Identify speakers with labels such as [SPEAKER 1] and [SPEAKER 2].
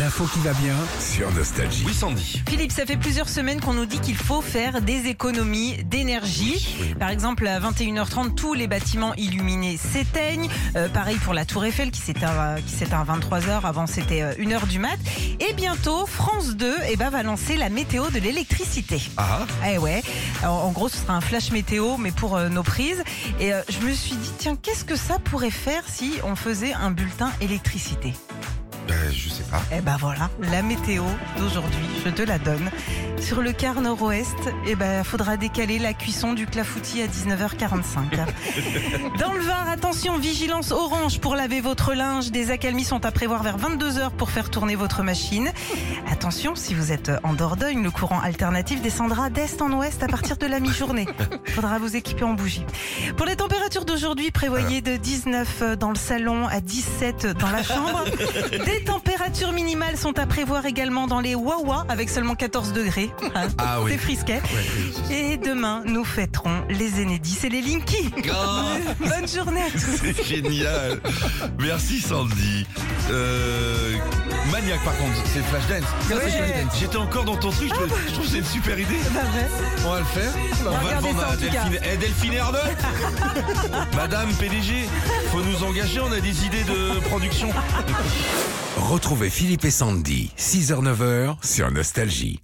[SPEAKER 1] L'info qui va bien sur Nostalgie.
[SPEAKER 2] Oui, Sandy.
[SPEAKER 3] Philippe, ça fait plusieurs semaines qu'on nous dit qu'il faut faire des économies d'énergie. Par exemple, à 21h30, tous les bâtiments illuminés s'éteignent. Euh, pareil pour la Tour Eiffel qui s'éteint à, qui s'éteint à 23h. Avant, c'était euh, 1h du mat. Et bientôt, France 2 eh ben, va lancer la météo de l'électricité.
[SPEAKER 2] Ah,
[SPEAKER 3] Eh ouais. Alors, en gros, ce sera un flash météo, mais pour euh, nos prises. Et euh, je me suis dit, tiens, qu'est-ce que ça pourrait faire si on faisait un bulletin électricité
[SPEAKER 2] ben, je sais pas.
[SPEAKER 3] Eh ben voilà, la météo d'aujourd'hui, je te la donne. Sur le quart nord-ouest, eh ben faudra décaler la cuisson du clafoutis à 19h45. Dans le Var, attention, vigilance orange pour laver votre linge. Des accalmies sont à prévoir vers 22h pour faire tourner votre machine. Attention, si vous êtes en Dordogne, le courant alternatif descendra d'est en ouest à partir de la mi-journée. Faudra vous équiper en bougie. Pour les températures d'aujourd'hui, prévoyez de 19 dans le salon à 17 dans la chambre. Des températures minimales sont à prévoir également dans les Wawa avec seulement 14 degrés. Hein,
[SPEAKER 2] Ah oui.
[SPEAKER 3] C'est frisquet.
[SPEAKER 2] Ouais, oui.
[SPEAKER 3] Et demain, nous fêterons les Enedis et les Linky.
[SPEAKER 2] Oh,
[SPEAKER 3] Bonne journée à tous.
[SPEAKER 2] c'est génial. Merci, Sandy. Euh, Maniac, par contre, c'est Flashdance. Ça,
[SPEAKER 3] Ouais.
[SPEAKER 2] c'est Flashdance. J'étais encore dans ton truc, je, je trouve que c'est une super idée.
[SPEAKER 3] Pas vrai
[SPEAKER 2] On va le faire. On va
[SPEAKER 3] Regardez
[SPEAKER 2] le vendre
[SPEAKER 3] ça,
[SPEAKER 2] à
[SPEAKER 3] en tout cas.
[SPEAKER 2] Delphine, Eh, Delphine Ernotte Madame PDG, faut nous engager, on a des idées de production.
[SPEAKER 1] Retrouvez Philippe et Sandy, 6h-9h sur Nostalgie.